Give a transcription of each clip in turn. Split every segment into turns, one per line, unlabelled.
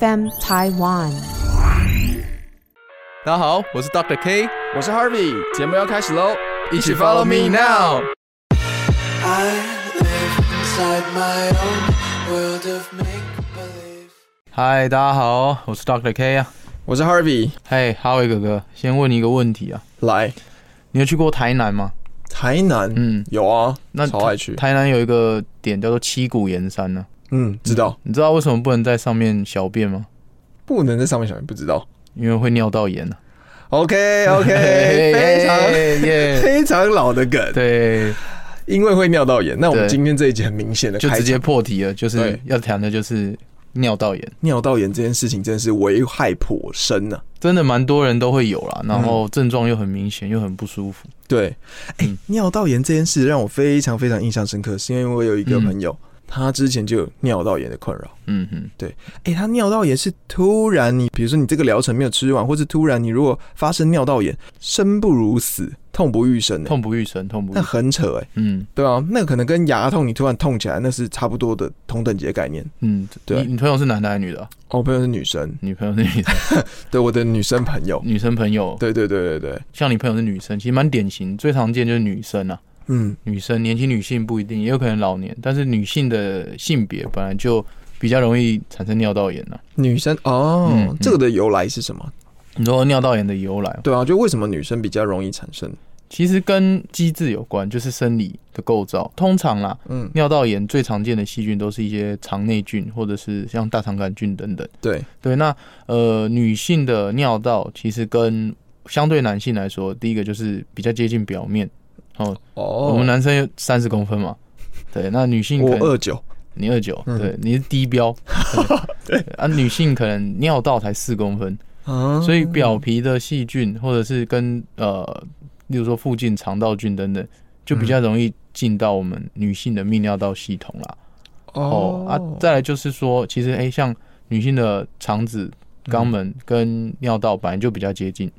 FM Taiwan。
大家好，我是 Dr. K，
我是 Harvey，节目要开始喽，一
一起 follow me now。
I live inside my own world of make believe.
嗨，大家好，我是 Dr. K 啊。
我是 Harvey，
嘿，哈维哥哥，先问你一个问题啊，
来
你有去过台南吗？
台南，
嗯，
有啊，
那
超爱去，
台南有一个点叫做七股岩山呢、
嗯，知道，
你知道为什么不能在上面小便吗？
不能在上面小便，不知道。
因为会尿到盐啊。
OK OK，非哎常
嘿耶
非常老的梗，
对，
因为会尿道炎。那我们
对
今天这一集很明显的
就
开
直接
场，
破题了，就是
对
要谈的就是尿道炎，
尿道炎这件事情真的是危害颇深啊呐。
真的蛮多人都会有
嗯
啦，然后症状又很明显，又很不舒服。
对，哎
嗯，
尿道炎这件事让我非常非常印象深刻，是因为我有一个
嗯
朋友，他之前就有尿道炎的困扰。
嗯哼，
哎、他尿道炎是突然你，比如说你这个疗程没有吃完，或是突然你如果发生尿道炎，生不如死，痛不欲生、欸，
痛不欲生，痛不欲
那
生。
很扯哎、
嗯
对啊，那可能跟牙痛你突然痛起来，那是差不多的同等级的概念。
嗯，
对啊
你你朋友是男的还是女的啊？
哦，我朋友是女生，
女朋友是 女的，
对我的女生朋友，
女生朋友，
对对对对对，
像你朋友是女生，其实蛮典型，最常见就是女生啊，
嗯，
女生年轻女性不一定，也有可能老年，但是女性的性别本来就比较容易产生尿道炎啊。
女生哦，
嗯嗯
这个的由来是什么？
你说尿道炎的由来，哦
对啊，就为什么女生比较容易产生？
其实跟机制有关，就是生理的构造。通常啦，
嗯，
尿道炎最常见的细菌都是一些肠内菌，或者是像大肠杆菌等等。
对，
对，那呃，女性的尿道其实跟相对男性来说，第一个就是比较接近表面。哦，
哦，
我们男生有三十公分嘛，对，那女性可
我
能
二九，
你二九，
嗯
对，你是 低标，对啊，女性可能尿道才四公分，
啊
所以表皮的细菌或者是跟呃，例如说附近肠道菌等等，就
嗯
比较容易进到我们女性的泌尿道系统啦。哦啊，再来就是说，其实哎、诶像女性的肠子、肛门跟尿道本来就比较接近，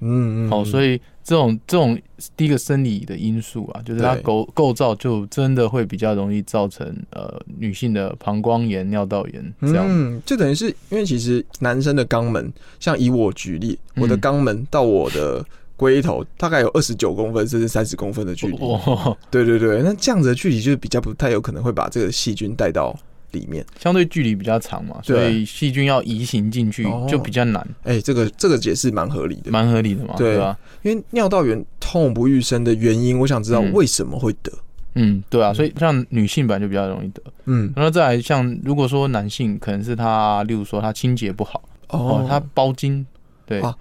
嗯
哦，
以
所以这种这种第一个生理的因素啊，就是它
对
构构造就真的会比较容易造成呃女性的膀胱炎、尿道炎这样。
嗯，就等于是因为其实男生的肛门，像以我举例，
嗯
我的肛门到我的龟头大概有二十九公分甚至三十公分的距离。
哦，
对对对，那这样子的距离就是比较不太有可能会把这个细菌带到里面。
相对距离比较长嘛，所以细菌要移行进去
哦
就比较难，
哎、这个这个解释蛮合理的，
蛮合理的嘛，
对
对吧？
因为尿道炎痛不欲生的原因，我想知道
嗯
为什么会得。
嗯，对啊，所以像女性本来就比较容易得，
嗯，
然后再来像如果说男性可能是他，例如说他清洁不好，哦，他包茎，对
啊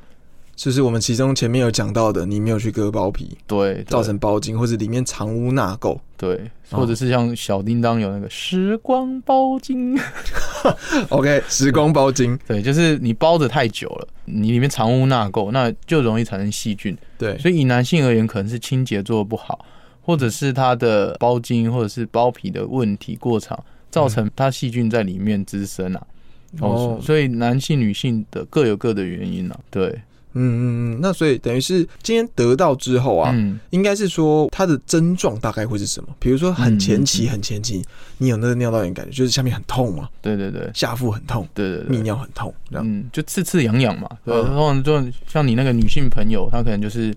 就是我们其中前面有讲到的，你没有去割包皮，
对，对
造成包茎，或是里面藏污纳垢。
对，
哦
或者是像小叮当有那个时光包茎，
OK，时 光包茎，
对，就是你包的太久了，你里面藏污纳垢，那就容易产生细菌。
对，
所以以男性而言，可能是清洁做的不好，或者是他的包茎或者是包皮的问题过长，造
嗯
成他细菌在里面滋生啊。哦，所以男性、女性的各有各的原因啊。对，
嗯嗯嗯，那所以等于是今天得到之后啊，
嗯，
应该是说它的症状大概会是什么？比如说很前期、
嗯嗯嗯
很前期，你有那个尿道炎感觉，就是下面很痛嘛，
对对对
下腹很痛，
对对
泌
对。
尿很痛，这样。
嗯，就刺刺痒痒嘛，对，
嗯
然后就像你那个女性朋友，她可能就是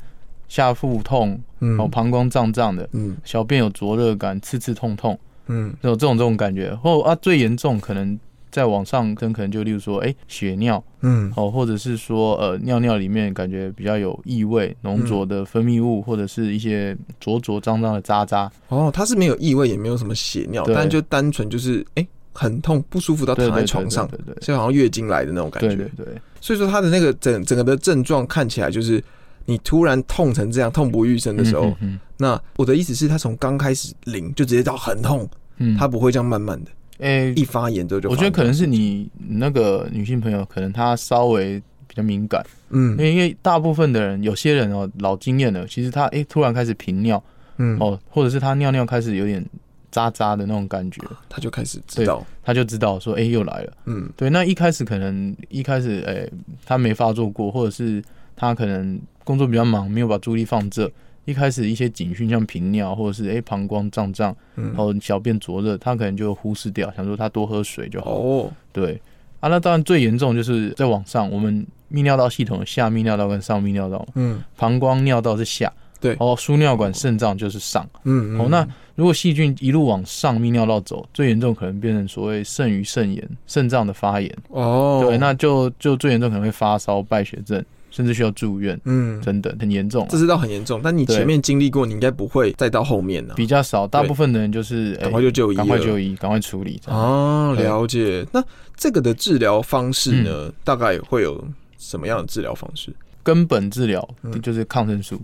下腹痛，
嗯
然后膀胱胀胀的，
嗯
小便有灼热感，刺刺痛痛，
嗯
有这种这种感觉。或啊，最严重可能在往上跟可能就例如说，哎、血尿
嗯
哦，或者是说呃尿尿里面感觉比较有异味、浓浊的分泌物，或者是一些灼灼脏脏的渣渣。
哦，它是没有异味，也没有什么血尿，
对
但就单纯就是哎、很痛，不舒服到
对
躺
对
在
对
床上，
对对对
就好像月经来的那种感
对
觉。
对对，
所以说它的那个整整个的症状看起来就是你突然痛成这样，痛不欲生的时候，
嗯，
那我的意思是，它从刚开始零就直接到很痛，
嗯
它不会这样慢慢的。
诶、
一发炎之后就发
我
炎？
觉得可能是你那个女性朋友，可能她稍微比较敏感，因
嗯
为因为大部分的人，有些人哦老经验了，其实她诶、突然开始频尿
嗯哦，
哦，或者是她尿尿开始有点渣渣的那种感觉，
他就开始知道，
她就知道说诶、又来了。
嗯
对，那一开始可能一开始诶、她没发作过，或者是她可能工作比较忙，没有把注意力放这。一开始一些警讯，像频尿，或者是诶、膀胱胀胀，
嗯
然后小便灼热，她可能就忽视掉，想说她多喝水就好了。
哦，
对啊，那当然最严重就是在网上，我们泌尿道系统有下泌尿道跟上泌尿道嘛，
嗯
膀胱尿道是下，
对
哦，输尿管、肾脏就是上。
嗯
哦，那如果细菌一路往上泌尿道走，最严重可能变成所谓肾盂肾炎、肾脏的发炎。
哦，
对，那就就最严重可能会发烧、败血症，甚至需要住院
嗯，
等等，很严重啊、
这是到很严重，但你
对
前面经历过，你应该不会再到后面了，
比较少，大
对
部分的人就是哎
赶快就就医了，
赶快就医，赶快处理。这样
哦，
对嗯
了解。那这个的治疗方式呢，大概会有什么样的治疗方式？
根本治疗
嗯
就是抗生素。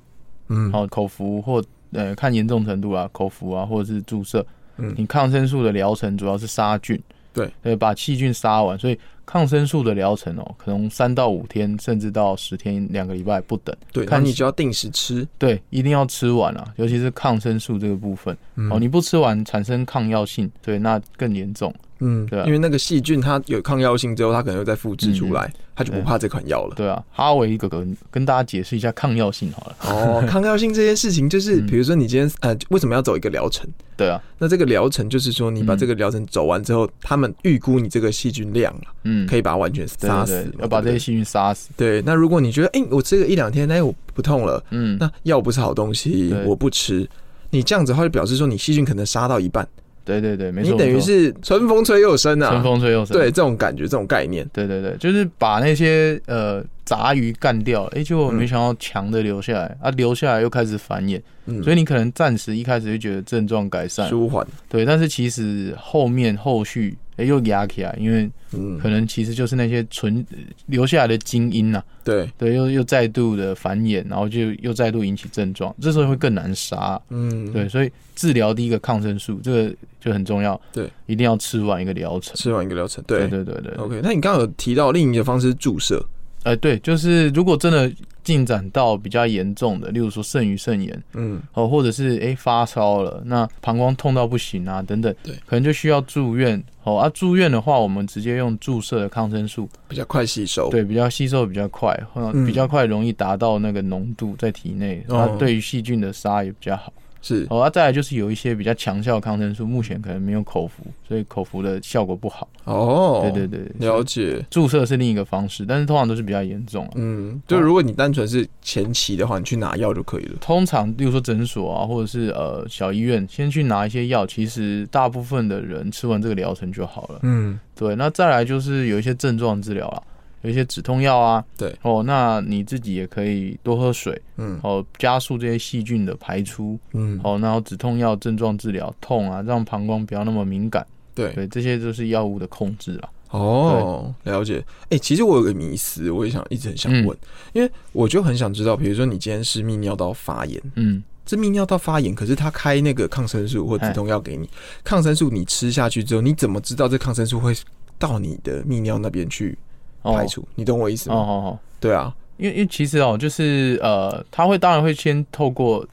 嗯
好，口服或呃看严重程度啊，口服啊，或者是注射。
嗯
你抗生素的疗程主要是杀菌，
对，
呃，把细菌杀完，所以抗生素的疗程哦，可能三到五天，甚至到十天、两个礼拜不等。
对，那
看
你就要定时吃。
对，一定要吃完啊，尤其是抗生素这个部分、
嗯
哦，你不吃完产生抗药性，对，那更严重。
嗯，
对啊
因为那个细菌它有抗药性之后，它可能又再复制出来，它就不
对
怕这款药了。
嗯对啊，哈维哥哥跟大家解释一下抗药性好了。
哦，抗药性这件事情，就是
嗯
比如说你今天呃，为什么要走一个疗程？
对啊，
那这个疗程就是说，你把
嗯
这个疗程走完之后，他们预估你这个细菌量了，
嗯，
可
以
以把它完全
对
杀死
对
嘛，
对，要把这
对不对
些细菌杀死。
对。那如果你觉得，哎、我吃个一两天，哎、我不痛了，
嗯，
那药不是好东西
对，
我不吃。你这样子的话，就表示说你细菌可能杀到一半，
对对对，没
你
错，
等于
没错
是春风吹又生啊，
春风吹又生。
对这种感觉，这种概念，
对对对，就是把那些呃杂鱼干掉了，哎、结果没想到强的留下来，啊，留下来又开始繁衍，
嗯，
所以你可能暂时一开始就觉得症状改善，
舒缓，
对，但是其实后面后续哎、又压起来，因为
嗯
可，能其实就是那些存呃留下来的精英呐、
对，
对，又又再度的繁衍，然后就又再度引起症状，这时候会更难杀，
嗯，
对，，所以治疗第一个抗生素这个就很重要，
对，
一定要吃完一个疗程，
吃完一个疗程，
对
对
对对对
OK，那你刚刚有提到另一个方式是注射，
呃，对，就是如果真的进展到比较严重的，例如说肾盂肾炎
嗯，
哦，或者是诶发烧了，那膀胱痛到不行啊等等，
对，
可能就需要住院哦。啊，住院的话，我们直接用注射的抗生素，
比较快吸收，，
对，比较吸收比较快，呃
嗯
比较快容易达到那个浓度在体内，
哦
啊，对于细菌的杀也比较好。
是，
哦，啊，再来就是有一些比较强效的抗生素，目前可能没有口服，所以口服的效果不好。
哦，
对对，对，
了解，
注射是另一个方式，但是通常都是比较严重啊。
嗯，就如果你单纯是前期的话，你去拿药就可以了，
通常，例如说诊所啊，或者是呃小医院，先去拿一些药，其实大部分的人吃完这个疗程就好 了。
嗯，
对，那再来就是有一些症状治疗啦，啊有一些止痛药啊。
对
哦，那你自己也可以多喝水，
嗯，
哦，加速这些细菌的排出。
嗯，
哦，然后止痛药、症状治疗、痛啊，让膀胱不要那么敏感。
对，
对，这些就是药物的控制啊啦。
哦，了解。哎、其实我有个迷思，我也想一直很想
嗯
问，因为我就很想知道，比如说你今天是泌尿道发炎，
嗯，
这泌尿道发炎，可是他开那个抗生素或
哎
止痛药给你，抗生素你吃下去之后，你怎么知道这抗生素会到你的泌尿那边去
哦，
排除？你懂我意思
哦
吗？
哦哦，
对啊，
因为因为其实哦，就是呃，它会当然会先透过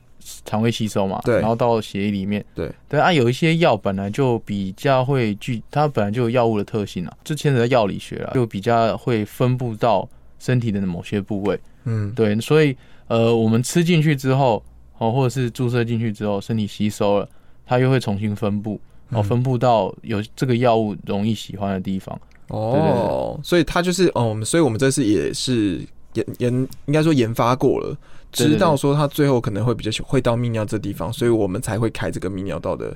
肠胃吸收嘛，
对
然后到血液里面，
对
对啊，有一些药本来就比较会具，它本来就有药物的特性啊，这牵扯到药理学了，就比较会分布到身体的某些部位，
嗯，
对，所以呃，我们吃进去之后，哦，或者是注射进去之后，身体吸收了，它又会重新分布，哦，
嗯
分布到有这个药物容易喜欢的地方，对对
哦，所以他就是，哦，我们，所以我们这次也是。研研应该说研发过了，
对对对
知道说它最后可能会比较喜会到泌尿这地方，所以我们才会开这个泌尿道的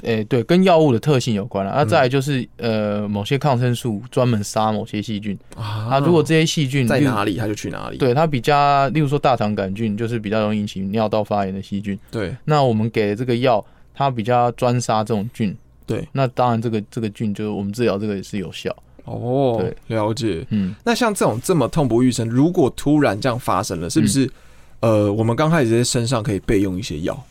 诶、对，跟药物的特性有关了。那、
嗯
再来就是、呃，某些抗生素专门杀某些细菌
啊
啊。如果这些细菌
在
例如
哪里他就去哪里。
对它比较，例如说大肠杆菌，就是比较容易引起尿道发炎的细菌。
对
那我们给的这个药，它比较专杀这种菌。
对，
那当然这个这个菌就是我们治疗这个也是有效。
哦
对，
了解。
嗯，
那像这种这么痛不欲生，如果嗯突然这样发生了，是不是？呃，我们刚开始在身上可以备用一些药，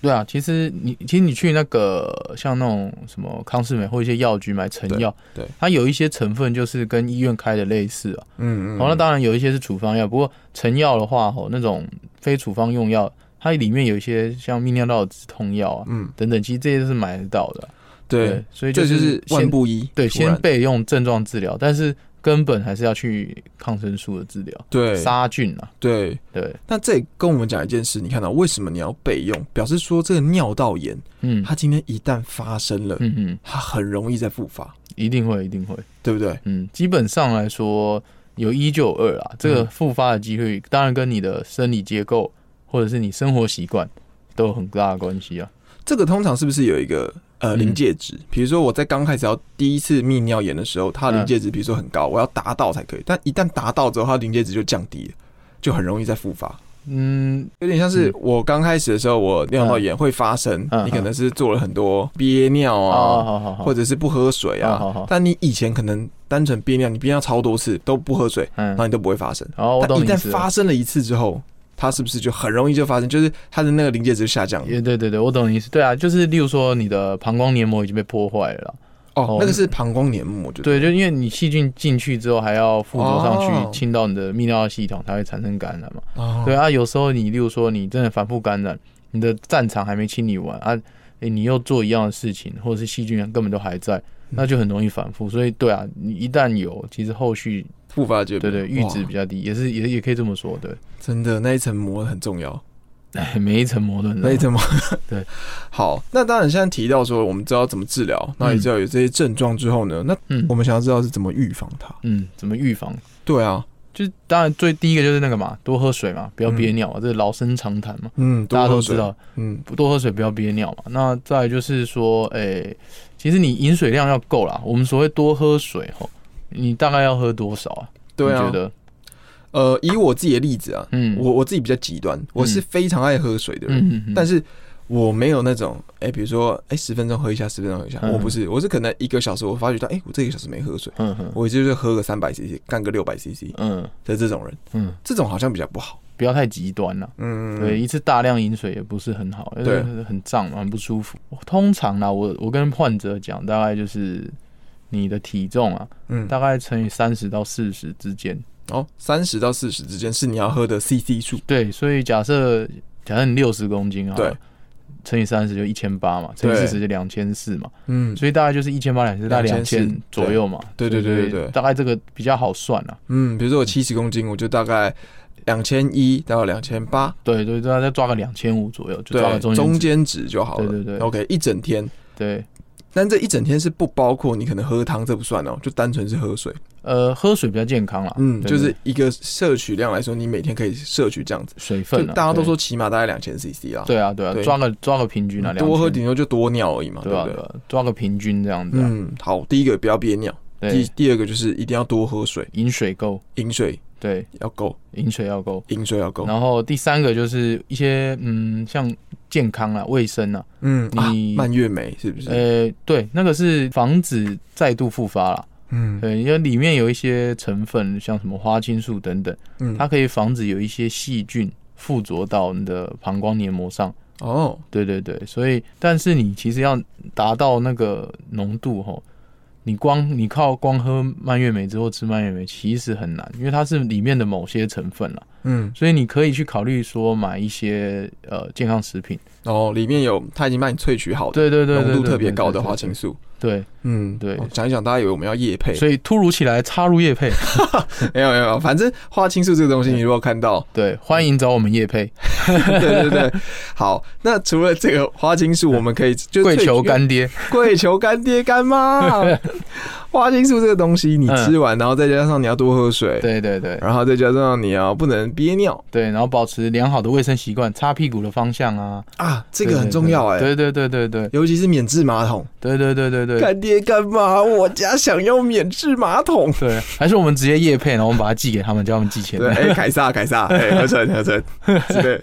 对啊，其实你其实你去那个像那种什么康士美或一些药局买成药，
对对
它有一些成分就是跟医院开的类似啊。
嗯嗯，
哦，那当然有一些是处方药，不过成药的话，吼那种非处方用药，它里面有一些像泌尿道止痛药啊
嗯，
等等，其实这些都是买得到的啊。
对，，
所以
这就是万
先
不一，
对
突然
先备用症状治疗，但是根本还是要去抗生素的治疗，
对
杀菌啊，
对。
对，
那这也跟我们讲一件事，你看到为什么你要备用？表示说这个尿道炎，
嗯
它今天一旦发生了，
嗯嗯，
它很容易再复发，
一定会一定会。
对不对？
嗯，基本上来说有一就有二啊啦，这个复发的几
嗯
率当然跟你的生理结构或者是你生活习惯都有很大的关系啊。
这个通常是不是有一个呃
嗯
临界值？比如说我在刚开始要第一次泌尿炎的时候，它的临界值比如说很高，我要达到才可以。但一旦达到之后，它的临界值就降低了，就很容易再复发。
嗯，
有点像是我刚开始的时候，我尿道炎会发生，
嗯
你可能是做了很多憋尿
哦，
啊，
好好好，
或者是不喝水
好好
啊
好。
但你以前可能单纯憋尿，你憋尿超多次都不喝水，
嗯
然后，你都不会发生。
然后我
啊但
懂
一
你意
旦
思了。
发生了一次之后，它是不是就很容易就发生？就是它的那个临界值下降了。
也对对对，我懂你意思。对啊，就是例如说你的膀胱黏膜已经被破坏了啦，
哦
哦，
那个是膀胱黏膜，我觉得。
对，就因为你细菌进去之后还要附着上
哦
去，侵到你的泌尿道系统，它会产生感染嘛。
哦
对啊，有时候你例如说你真的反复感染，你的战场还没清理完啊，诶你又做一样的事情，或者是细菌根本都还
嗯
在，那就很容易反复。所以对啊，你一旦有，其实后续
复发就
对对阈值
哇
比较低，也是也也可以这么说，对，
真的那一层膜很重要，
哎，每一层矛盾
那一 层膜
对。
嗯好，那当然现在提到说我们知道怎么治疗，那也知道有这些症状之后呢，那
嗯
我们想要知道是怎么预防它。
嗯，怎么预防？
对啊，
就是当然最第一个就是那个嘛，多喝水嘛，不要憋尿啊，这是老生常谈嘛，
嗯，多
大家
喝
都知
水，
道，
嗯，
不多喝水不要憋尿嘛。那再来就是说，诶、其实你饮水量要够啦。我们所谓多喝水吼，你大概要喝多少啊？
对
你
啊
觉。得？
呃，以我自己的例子啊，
嗯，
我我自己比较极端，我是非常爱喝水的人，
嗯，
但
是
是我没有那种，哎，比如说，哎，十分钟喝一下，十分钟喝一下，
嗯
我不是，我是可能一个小时，我发觉到，哎，我这一个小时没喝水，
嗯嗯
我就是喝个三百 CC，干个六百 CC
嗯
的这种人，
嗯，
这种好像比较不好。
不要太极端啦。
嗯，
对，一次大量饮水也不是很好，因为很胀嘛，很不舒服。通常啦，我我跟患者讲，大概就是你的体重啊，
嗯，
大概乘以三十到四十之间。
哦，三十到四十之间是你要喝的 CC 数，
对，所以假设假设你六十公斤啊，
对，
乘以三十就一千八嘛，乘以
对
四十就两千四嘛，
嗯
所以大概就是一千八两千，大概两
2400
千左右嘛。
对对对对
所以
对
大概这个比较好算啊啦。
嗯，比如说我七十公斤，我就大概两千一到两千八，
对对，大概再抓个两千五左右，就抓
对
个，中
中
间值。
间值就好了。
对对对
OK，一整天，
对，
但这一整天是不包括你可能喝汤，这不算哦，就单纯是喝水。
呃，喝水比较健康啦。
嗯，
对
就是
对
一个摄取量来说，你每天可以摄取这样子。
水
就
分啊。
大家都
对
说起码大概两千 CC 啦，
对啊对啊
对，
抓个抓个平均啊，
你多喝
2000
顶多就多尿而已嘛，
对啊
不
吧？对
对？
吧抓个平均这样子啊。
嗯，好，第一个不要憋尿，第
对，
第二个就是一定要多喝水，
饮水够，
饮水
对，
要够，
饮水要够。
饮水要够。
然后第三个就是一些嗯，像健康啊、卫生啊，
嗯，啊
你
蔓越莓是不是？
呃，对，那个是防止再度复发啦。
嗯
对，因为里面有一些成分，像什么花青素等等，
嗯
它可以防止有一些细菌附着到你的膀胱黏膜上。
哦，
对对对，所以但是你其实要达到那个浓度吼，你光你靠光喝蔓越莓之后吃蔓越莓其实很难，因为它是里面的某些成分啦，
嗯，
所以你可以去考虑说买一些呃健康食品，
哦，里面有它已经帮你萃取好的，
对对对对，
浓度
对
特别高的
对对
花青素。
对，
嗯，
对
哦讲一讲，大家以为我们要夜配，
所以突如其来插入叶配，
没有没有没有，反正花青素这个东西，你如果看 到，
对，欢迎找我们叶配，
对对对，好。那除了这个花青素，我们可以就
跪求
干
干爹，
跪求干爹干妈。 花青素这个东西，你吃完，然后再加上你要多喝水，
对对对
然后再加上你要不能憋尿
对，然后保持良好的卫生习惯，擦屁股的方向啊，
啊，这个很重要哎，
对对对对对
尤其是免治马桶。
对对对对对对。
干爹干妈，我家想要免治马桶。
对，还是我们直接夜配，然后我们把它寄给他们，叫他们寄 钱。
对，哎、凯撒，凯撒，哎、 合成，合成，对。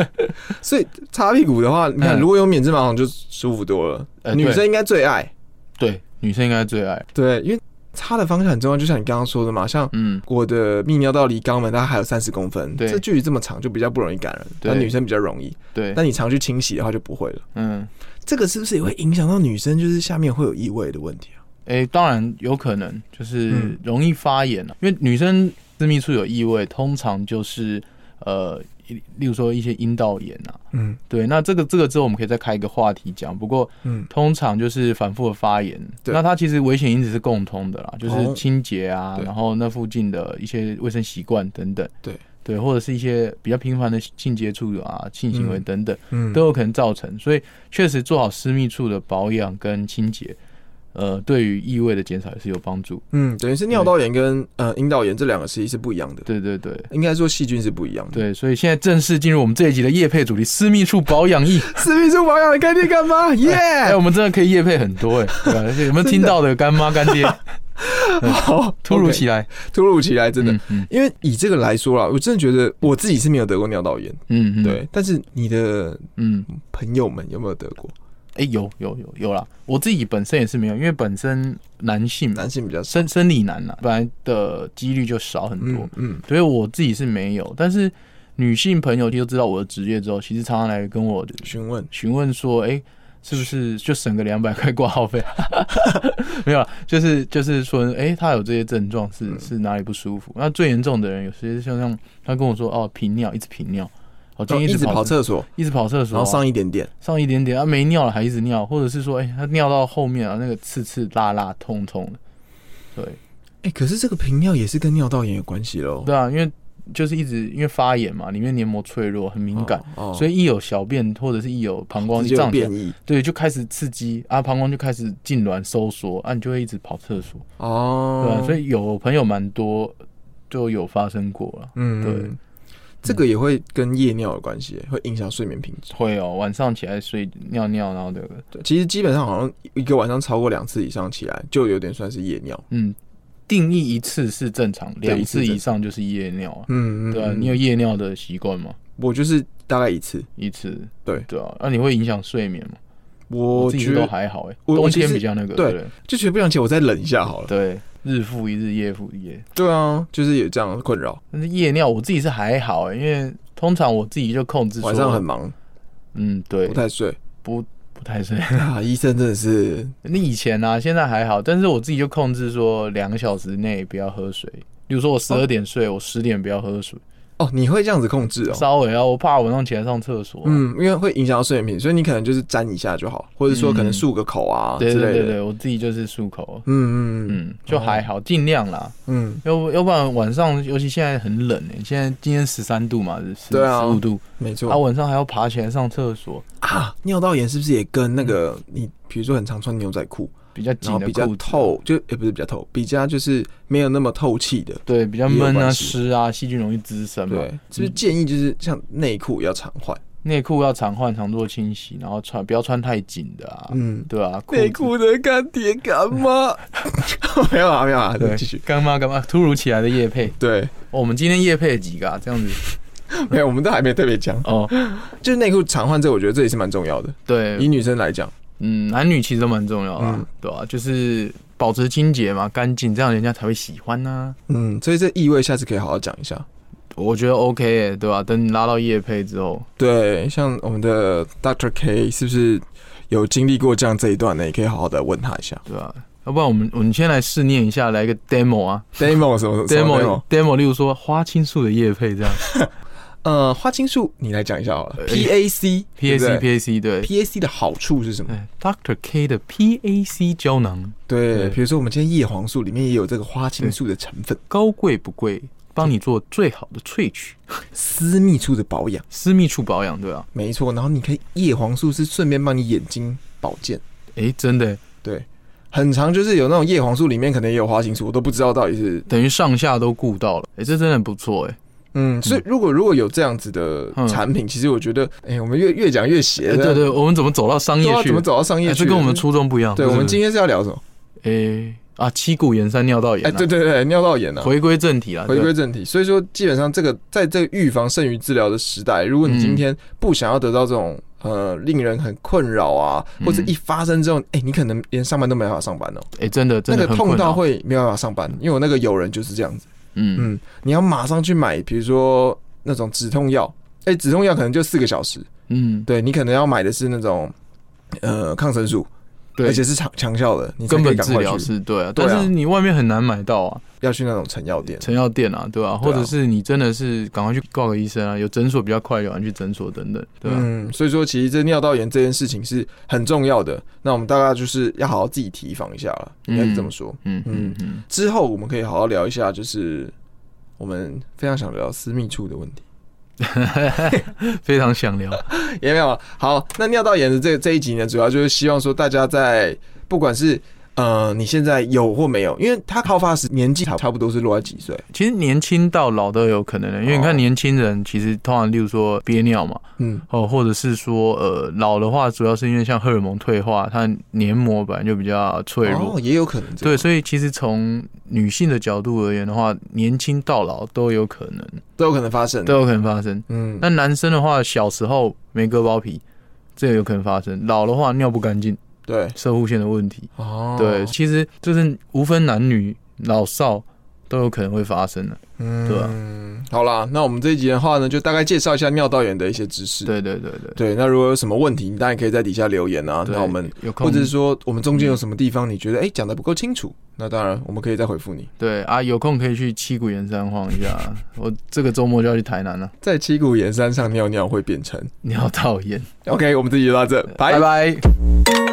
所以擦屁股的话，你看，
嗯
如果有免治马桶就舒服多了，
呃
女
对
生应该最爱。
对，女生应该最爱。
对，因为擦的方向很重要，就像你刚刚说的嘛，像
嗯，
我的泌尿道离肛门大概还有三十公分，
对
这距离这么长就比较不容易感染，
对
但女生比较容易。
对，
但你常去清洗的话就不会了。
嗯，
这个是不是也会影响到女生，就是下面会有异味的问题啊？
哎、当然有可能就是
嗯
容易发炎啊，因为女生私密处有异味，通常就是呃，一例如说一些阴道炎啊，
嗯
对，那这个这个之后我们可以再开一个话题讲，不过
嗯，
通常就是反复的发炎，
对
那它其实危险因子是共通的啦，就是
哦
清洁啊，
对
然后那附近的一些卫生习惯等等，
对
对，或者是一些比较频繁的性接触啊、性行为
嗯
等等，
嗯
都有可能造成。所以确实做好私密处的保养跟清洁，呃，对于异味的减少也是有帮助。
嗯，等于是尿道炎跟呃阴道炎这两个其实是不一样的，
对对对。
应该说细菌是不一样的。，
对，所以现在正式进入我们这一集的夜配主题——私密处保养液。
私密处保养的概念干嘛？耶、
哎、我们真的可以夜配很多哎、对啊而且有没有
真的
听到的干妈干爹
哎好，
突如其来？
OK，突如其来，真的。
嗯嗯
因为以这个来说啦，我真的觉得我自己是没有得过尿道炎，
嗯，嗯
对，，但是你的
嗯，
朋友们有没有得过？
哎、有有有有啦，我自己本身也是没有，因为本身男性嘛
男，性比较少，
生生理男啦，啊本来的几率就少很多，
嗯嗯
所以我自己是没有。但是女性朋友就知道我的职业之后，其实常常来跟我
询问，
询问说，哎、是不是就省个两百块挂号费？ 没有啦，就是就是说，哎、他有这些症状是
嗯
是哪里不舒服？那最严重的人，有些像像他跟我说，哦，频尿，一直频尿，哦我今
然后
天
哦一直跑
跑，
厕所，
一直跑厕所
然
啊，
后上一点点，
上一点点，啊，没尿了还一直尿，或者是说，哎、他尿到后面啊，那个刺刺辣辣、痛痛的，对，
哎、可是这个频尿也是跟尿道炎有关系喽，
对啊，因为就是一直因为发炎嘛，里面黏膜脆弱，很敏感，
哦，
所以一有小便或者是一有膀胱
直接有
胀起来
变，异
对，就开始刺激啊，膀胱就开始痉挛收缩，啊，你就会一直跑厕所，对
哦
啊，所以有朋友蛮多就有发生过了，
嗯
对。
这个也会跟夜尿有关系，会影响睡眠品质。
会哦，晚上起来睡尿尿，然后这个，
对，其实基本上好像一个晚上超过两次以上起来，就有点算是夜尿。
嗯，定义一次是正常，
对
两
一次
次以
正
上就是夜尿啊，
嗯，嗯
对啊，
嗯
你有夜尿的习惯吗？
我就是大概一次，
一次，
对
对啊，那、你会影响睡眠吗？
我
自己
觉
都
得
还好哎、
我
冬
我其
天
实
比较那个，
对
对
就觉得不想起，我再忍一下好了。
对，日复一日，夜复一夜。
对啊，就是有这样的困扰，
但是夜尿我自己是还好、欸，因为通常我自己就控制说
晚上很，忙，
嗯，对，
不太睡
不不太睡。
啊。医生真的是，
那以前啊，现在还好，但是我自己就控制说两个小时内不要喝水。比如说我十二点睡，我十点不要喝水，
哦，你会这样子控制哦。
稍微啊，我怕晚上起来上厕所啊、
嗯，因为会影响到睡眠品质，所以你可能就是沾一下就好，或者说可能
嗯
漱个口啊之
对对
类
对
的。
对，我自己就是漱口，
嗯嗯
嗯，就还好，尽量啦。
嗯嗯，
要要不然晚上，尤其现在很冷诶、现在今天十三度嘛，十
对啊
十五度，
没错
啊，。晚上还要爬起来上厕所，
啊，尿道炎是不是也跟那个你，比如说很常穿牛仔裤，
比较
然
紧
后
嗯的
比较
裤子
透，就也、不是比较透，比较就是没有那么透气的，
对，比较
也有
闷啊、
关系
湿啊，细菌容易滋生嘛
对。，是不是建议就是像内裤要常换？
内裤要常换、常做清洗，然后穿不要穿太紧的啊，
嗯，
对啊，
内
子
裤的干爹干 妈，没有啊，没有啊，
对
继续。
干嘛干嘛，突如其来的夜配。
对，
哦我们今天夜配几个啊？这 样子
没有，我们都还没特别讲，
哦，
就是内裤常换这，我觉得这也是蛮重要的。以
对，
女生来讲，
嗯，男女其实都蛮重要啊
嗯，
对啊，就是保持清洁嘛，干净，这样人家才会喜欢啊呐。
嗯，所以这异味下次可以好好讲一下。
我觉得 OK，欸对吧？等你拉到夜配之后，
对，像我们的 Doctor K 是不是有经历过这样这一段呢？也可以好好的问他一下。
对吧？要不然我们我们先来试念一下，来一个 demo 啊
demo 什么什么
demo demo，例如说花青素的叶配 这样
呃，花青素你来讲一下好了。
呃
PAC 对
，PAC PAC 对
PAC 的好处是什么？
哎，Doctor K 的 PAC 胶囊，对
对，比如说我们今天叶黄素里面也有这个花青素的成分，
高贵不贵，帮你做最好的萃取，
私密处的保养，
私密处保养，对吧？
没错。然后你可以叶黄素是顺便帮你眼睛保健，
哎，真的欸
对。很常就是有那种叶黄素里面可能也有花青素，我都不知道到底是
等于上下都顾到了，哎，这真的不错哎，
嗯，所以如果如果有这样子的
嗯
产品，其实我觉得，哎、我们越越讲越邪
哎，
了，
对对，我们怎么走到商
不知
业
道
去
啊怎么
了？
走到商业
哎，
去
这
了？
跟我们初衷不一样。
对，
不
我
是
们今天是要聊什么？
哎啊，七股盐山尿道炎
哎、
啊，
对对对，尿道炎啊，
回归正题了，
回
对
归正题，所以
嗯
说基本上这个在这个预防胜于治疗的时代，如果你今天不想要得到这种呃令人很困扰啊，
嗯
或者一发生之后，哎、你可能连上班都没办法上班哦、
哎、真的真
那
的
个
很
痛
困
到
扰，
会没办法上班，因为我那个友人就是这样子，
嗯，
嗯，你要马上去买，比如说那种止痛药，哎、止痛药可能就四个小时，
嗯，
对你可能要买的是那种呃抗生素，
对，
而且是强强效的，你才
根
可以
本
赶
治
快
疗
去
是对啊，
对啊
但是你外面很难买到啊，
要去那种成药店，
成药店啊，对吧、或者是你真的是赶快去告个医生啊，有诊所比较快，有人去诊所等等，对吧、
嗯，所以说其实这尿道炎这件事情是很重要的，那我们大概就是要好好自己提防一下了，应该是这么说。
嗯嗯嗯，
之后我们可以好好聊一下，就是我们非常想聊私密处的问题，
嗯非常想聊，
也没有啊好。那尿道炎的这这一集呢，主要就是希望说大家在不管是呃你现在有或没有，因为它好发时年纪差差不多是落在几岁，
其实年轻到老都有可能的，因为
哦
你看年轻人其实通常，例如说憋尿嘛，
嗯，
哦，或者是说呃老的话，主要是因为像荷尔蒙退化，它黏膜本来就比较脆弱。
哦，也有可能这
对，
样
所以其实从女性的角度而言的话，年轻到老都有可能，
都有可能发生，
都有可能发生。
嗯，
那男生的话，小时候没割包皮，这个有可能发生；老的话，尿不干净，
对，
射护腺的问题。
哦，
对，其实就是无分男女老少都有可能会发生的。
嗯
对啊
好啦，那我们这一集的话呢，就大概介绍一下尿道炎的一些知识。
对对对对，
对那如果有什么问题，你当然可以在底下留言啊。
对
那我们
有空
或者是说我们中间有什么地方你觉得哎讲的不够清楚，
嗯
那当然我们可以再回复你。
对啊，有空可以去七股岩山晃一下。啊我这个周末就要去台南了，
在七股岩山上尿尿会变成
你好讨厌，
OK，我们这集就到这，拜
拜。拜。